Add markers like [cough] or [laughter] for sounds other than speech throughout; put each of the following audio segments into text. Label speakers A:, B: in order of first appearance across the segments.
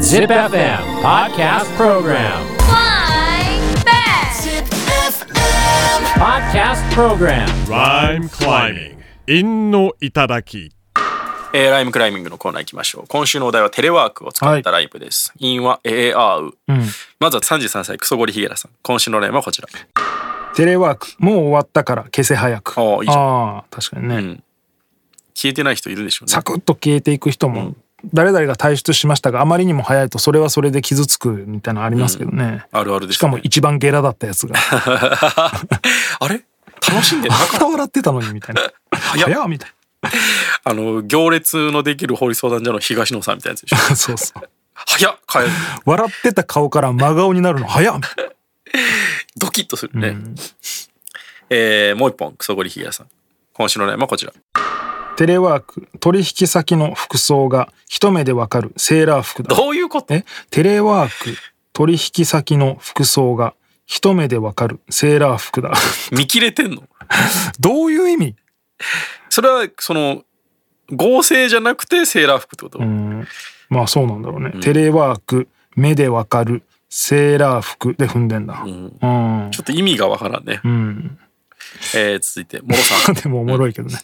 A: Zip FM Podcast Program.
B: Flying back.
A: Podcast Program.
C: Rhyme climbing. 韻の頂き。
D: えーライムクライミングのコーナー行きましょう。今週のお題はテレワークを使ったライブです。インは AR。まずは33歳、クソゴリヒゲラさん。今週のライムはこちら。
E: テレワークもう終わったから消せ早く
D: ああいいじゃん
E: ああ確かにね、
D: ん消えてない人いるでしょうね
E: サ。クッと消えていく人も、誰々が退出しましたがあまりにも早いとそれはそれで傷つくみたいなのありますけどね、
D: あるあるで
E: し
D: し
E: か
D: ょう
E: も
D: ね、
E: 一番ゲラだった
D: [laughs]
E: やつが
D: あれ楽しんでな
E: ま
D: かった
E: 笑ってたのに
D: [laughs]
E: みたいな
D: いや
E: 早っみたい
D: [laughs] たあの、行列のできる法律相談所の東野さんみたいなやつでしょ。
E: な [laughs] そうそう
D: 早っ帰る。
E: 笑ってた顔から真顔になるの早っ
D: ドキッとするね。えーもう一本、クソゴリヒゲラさん。今週のライムはこちら。
E: テレワーク取引先の服装が一目でわかるセーラー服だ
D: どういうこと
E: えテレワーク取引先の服装が一目でわかるセーラー服だ
D: 見切れてんの
E: どういう意味
D: それは、その、合成じゃなくてセーラー服ってこと、
E: うんまあそうなんだろうね、テレワーク目でわかるセーラー服で踏んでんだうん、
D: ちょっと意味がわからんね。
E: うん、 [laughs]
D: えー続いて、モロさん。
E: でもおもろいけどね、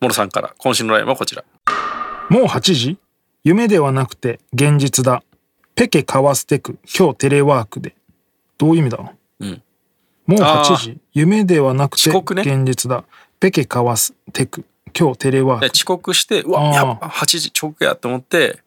D: モロさんから、今週のラインはこちら。
E: もう8時夢ではなくて現実だペケかわすてく今日テレワークでどういう意味だ、
D: うん
E: もう
D: あー
E: 8時夢ではなくて
D: 遅刻ね
E: 現実だ、ペケかわすてく今日テレワー
D: で
E: ク
D: 遅刻して、うわ、
E: あー
D: やっぱ8時直やと思って、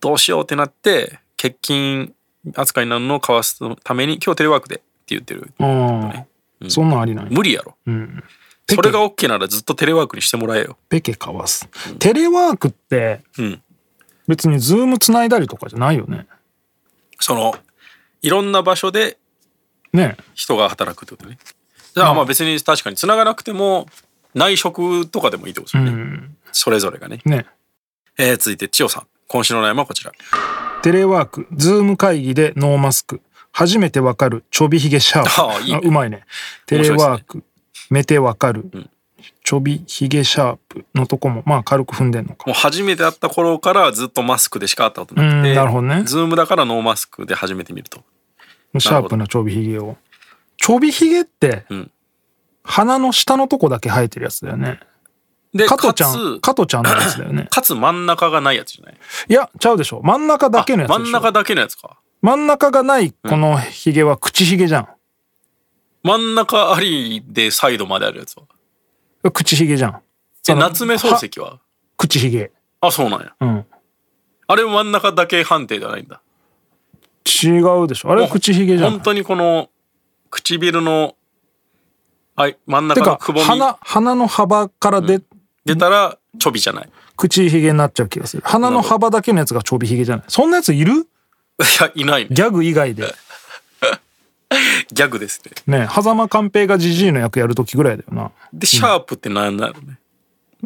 D: どうしようってなって、欠勤扱いになるのをかわすために、今日テレワークでって言ってる。
E: ああ、そんなんありない。
D: 無理やろ。
E: うん。
D: それが OK ならずっとテレワークにしてもらえよ。
E: ペケかわす。テレワークって
D: うん。
E: 別にズーム繋いだりとかじゃないよね。
D: その、いろんな場所で
E: ね。
D: 人が働くってことね。じゃあ、まあ別に確かに繋がなくても、内職とかでもいいってことです
E: う
D: よね。
E: ん。
D: それぞれがね。
E: ね。
D: えー続いて、千代さん。今週のラインはこちら。
E: テレワーク、ズーム会議でノーマスク。初めてわかるちょびひげシャープ。
D: ああいいね
E: うまいね。テレワーク、めてわかる、ちょびひげシャープのとこも、まあ軽く踏んでんのか。
D: もう初めて会った頃からずっとマスクでしか会ったことなく
E: う
D: て、
E: んなるほどね
D: ズームだからノーマスクで初めて見ると。
E: シャープなちょびひげを。ちょびひげって、
D: うん
E: 鼻の下のとこだけ生えてるやつだよね。
D: で、
E: 加
D: か
E: トちゃ
D: つ
E: ん、、加トちゃんのやつだよね。
D: かつ真ん中がないやつじゃない
E: いや、ちゃうでしょ。真ん中だけのやつでしょ。
D: 真ん中だけのやつか。
E: 真ん中がないこのヒゲは口ヒゲじゃん。
D: 真ん中ありでサイドまであるやつは。
E: 口ヒゲじゃん。
D: で、
E: その
D: 夏目漱石は
E: 口ヒゲ。
D: あ、そうなんや。
E: うん。
D: あれ真ん中だけ判定ではないんだ。
E: 違うでしょ。あれは口ヒゲじゃん。
D: 本当にこの唇の、はい、真ん
E: て
D: 中の
E: か、
D: くぼみ
E: 鼻、鼻の幅からで、
D: 出たらちょびじゃない。 [laughs]
E: 口ヒゲになっちゃう気がする。鼻の幅だけのやつがちょびヒゲじゃない。そんなやついる
D: いや、いないね。
E: ギャグ以外で。
D: ギャグですね。
E: ね狭間寛平がジジイの役やるときぐらいだよな。
D: で、シャープってなんだろうね。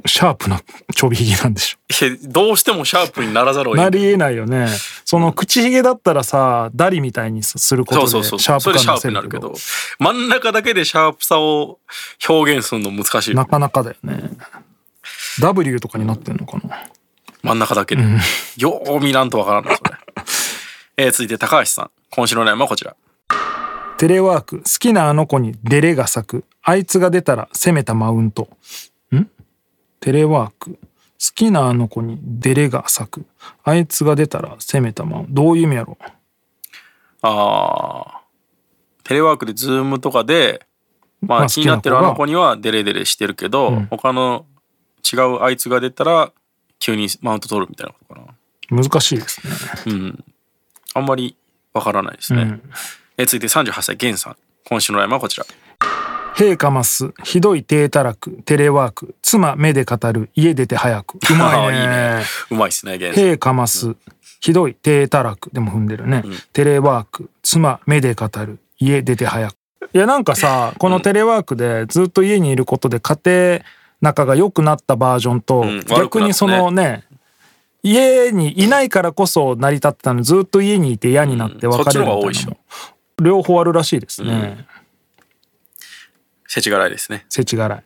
E: シャープなちょびヒゲなんでしょ。
D: いやどうしてもシャープにならざるを得な。
E: ないりえないよね。その口ヒゲだったらさ、ダリみたいにすること
D: そう
E: で、
D: そうそう。
E: シャー
D: そ
E: プ
D: れシャー
E: 感出
D: プ
E: せ
D: にな
E: る
D: る
E: け
D: けど
E: ど、、
D: 真ん中だけでシャープさを表現するの難しい。
E: なかなかだよね。W とかになってんのかな。
D: 真ん中だけで。よう見らんとわからんな、それ。えー続いて高橋さん。今週の悩みはこちら。
E: テレワーク、好きなあの子にデレが咲く。あいつが出たら攻めたマウント。んテレワーク、好きなあの子にデレが咲く。あいつが出たら攻めたマウント。どういう意味やろ
D: あーテレワークでズームとかで、ま
E: まあ
D: あ気になってる
E: 好
D: あ
E: きな子が
D: の子にはデレデレしてるけど、他の違うあいつが出たら、急にマウント取るみたいなことかな。
E: 難しいですね。
D: うん。あんまりわからないですね。
E: うん
D: えー続いて38歳、ゲンさん。今週の悩みはこちら。
E: 陛下マス、ひどい低たらく、テレワーク、妻目で語る、家出て早
D: [laughs]
E: く。うまい
D: いい
E: ね
D: ね。うまいですね、ゲンさん。
E: ペーかます、ひどい低たらくでも踏んでるね、テレワーク妻目で語る家出て早くいやなんかさこのテレワークでずっと家にいることで家庭仲が良くなったバージョンと、
D: ん悪くなったね
E: 逆にそのね家にいないからこそ成り立ってたのずっと家にいて嫌になって別れるみたいなのも
D: うんそっちの方が
E: 両方あるらしいですね、
D: 世知辛いですね。
E: 世知辛い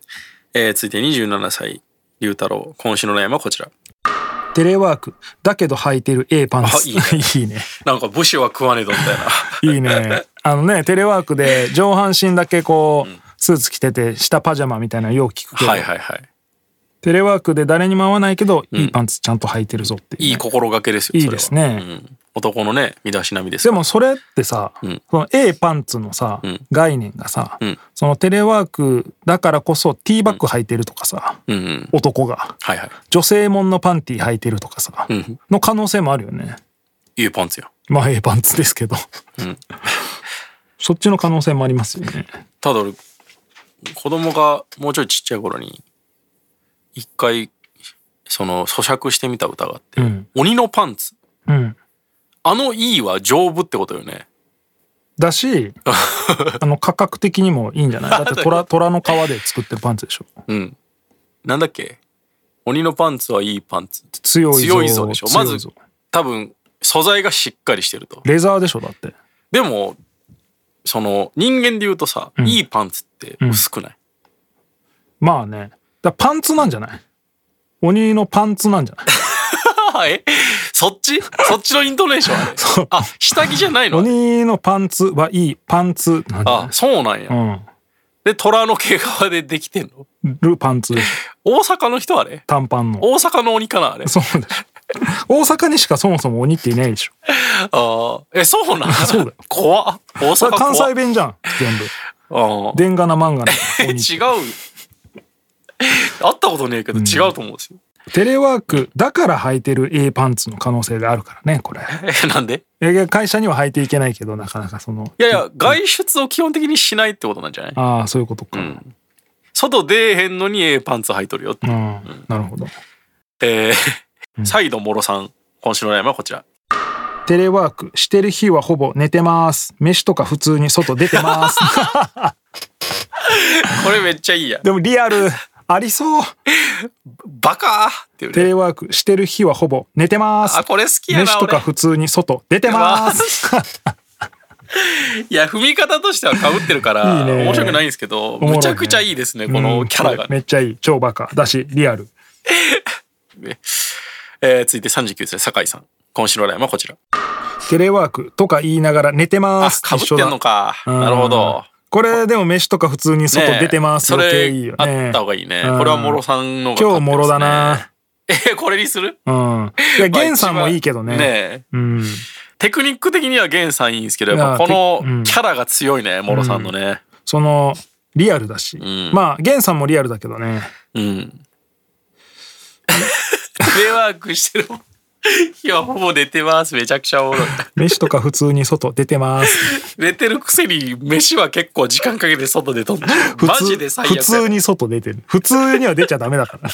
D: えー続いて27歳、龍太郎。今週の悩みはこちら。
E: テレワークだけど履いてる A パンツ
D: あいいね
E: [laughs] いいね
D: なんか武士は食わねえぞみ
E: [laughs]
D: たいな。
E: いいね。あのね、テレワークで上半身だけこう、スーツ着てて、下パジャマみたいなのよく聞くけど、
D: はいはいはい。
E: テレワークで誰にも合わないけど、いいパンツちゃんと履いてるぞっていうね、
D: いい心がけですよ。
E: いい
D: それは
E: ですね
D: うん男のね、身だしなみです
E: で
D: よ。
E: もそれってさ、
D: ん
E: その A パンツのさ、
D: ん
E: 概念がさ、
D: うん
E: そのテレワークだからこそティーバッグ履いてるとかさ、
D: うんうん。
E: 男が。
D: はいはい。
E: 女性もんのパンティ履いてるとかさ、
D: ん
E: の可能性もあるよね。
D: いいパンツよ。
E: まあ A パンツですけど。 [laughs] そっちの可能性もありますよね。
D: ただ俺、子供がもうちょいちっちゃい頃に、一回、その、咀嚼してみた歌があって、
E: うん。
D: 鬼のパンツ。
E: うん。
D: あの E は丈夫ってことよね。
E: だし
D: [laughs]
E: あの価格的にもいいんじゃないだって虎虎の皮で作ってるパンツでしょ
D: うん。なんだっけ鬼のパンツはいいパンツ。
E: 強いぞ
D: 強いぞでしょ。ま
E: 強
D: ず
E: いぞ、
D: 多分、素材がしっかりしてると。
E: レザーでしょだって
D: でも、その、人間で言うとさ、いいパンツって薄くない、 [laughs]
E: まあねだパンツなんじゃない鬼のパンツなん
D: [laughs]
E: じゃない
D: あえそっちそっちのイントネーションあれ
E: そう
D: あ下着じゃないの
E: 鬼のパンツはいいパンツなんじゃ
D: あそうなんや、
E: ない
D: で虎の毛皮でできてんの
E: うんルパンツでし
D: 大
E: ょ
D: 阪の人あれ
E: 短パンの
D: 大阪の鬼かなあれ
E: そうだよ大阪にしかそもそも鬼っていな
D: [laughs]
E: いでしょ
D: あーえそうなん
E: そうだよ
D: 怖っ大
E: そ
D: 阪
E: れ
D: 怖
E: 関
D: っ
E: 西弁じゃん全部
D: あー
E: でんがな漫画の
D: え
E: 鬼
D: [laughs] 違う会ったことねえけど違うと思うんですよ、
E: テレワークだから履いてる A パンツの可能性があるからねこれ
D: えなんで
E: いや会社には履いていけないけどなかなかその
D: いやいや外出を基本的にしないってことなんじゃない
E: ああそういうことか、うん
D: 外出えへんのにええパンツ履いとるよって
E: なるほど
D: えー、再度もろさん今週のラインはこちら
E: テレワークしてる日はほぼ寝てます飯とか普通に外出てます
D: [laughs] これめっちゃいいや
E: でもリアルありそう
D: バカーっていうね
E: テレワークしてる日はほぼ寝てます
D: あ、これ好きやな。
E: 飯とか
D: 俺
E: 普通に外出てます
D: いや、踏み方としては被ってるか
E: いい
D: ら、
E: ね
D: 面白くないんですけど、
E: [laughs] もろいね
D: むちゃくちゃいいですね、こ
E: う
D: の
E: ん
D: キャラが
E: これ。めっちゃいい超バカだしリアル
D: えー続いて39歳、酒井さん。今週のラインはこちら。
E: テレワークとか言いながら寝てま
D: あ、
E: す
D: 被ってんの
E: か
D: か。なるほど。
E: これでも飯とか普通に
D: ねえ
E: 外出てます
D: そ
E: 余計いい
D: れ
E: よ、
D: あ
E: ね
D: った方がいいね。
E: うん
D: これは諸さんの方が、
E: 今日もろだ。な
D: [laughs] え、これにする
E: うん。いや、ゲンさんもいいけどね。
D: まあ一番ねえ
E: うん。
D: テクニック的にはゲンさんいいんですけど、やっぱ
E: いや
D: こ
E: てう
D: の
E: ん
D: キャラが強いね、諸さんのね。
E: その、リアルだし。
D: ん
E: まあ、ゲンさんもリアルだけどね。
D: うん。テレワークしてる。いや、ほぼ寝てます。めちゃくちゃおもろい。
E: 飯とか普通に外出てます。
D: 寝てるくせに飯は結構時間かけて外で飛んでる
E: 普
D: マ
E: 通
D: ジで最悪
E: 普通に外出てる。普通には出ちゃダメだから。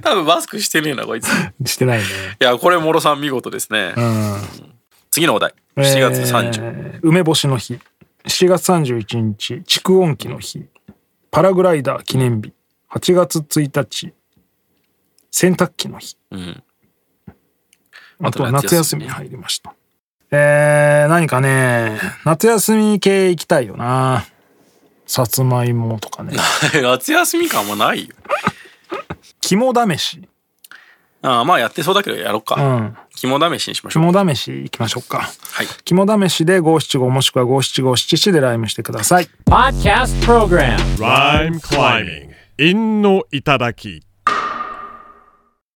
D: 多分マスクしてねえなこいつい
E: してないね。
D: やこれ諸さん見事ですね、
E: うん。
D: 次のお題7月30、
E: えー梅干しの日。7月31日、蓄音機の日。パラグライダー記念日。8月1日、洗濯機の日。
D: うん
E: あとは夏
D: 夏休
E: 休み
D: み
E: に入りました。えー、何かね、夏休み系行きたいよな。さつまいもと
D: [laughs]
E: かね。
D: [laughs] 夏休み感もないよ
E: 肝試し。
D: ああまあやってそうだけどやろう
E: う
D: か、
E: ん。
D: 肝試しにしましょう
E: 肝試し行きましょうか。
D: はい
E: 肝試しで五七五もしくは五七五七七でライムしてください。
A: Podcast Program
C: Rhyme climbing. 陰の頂き。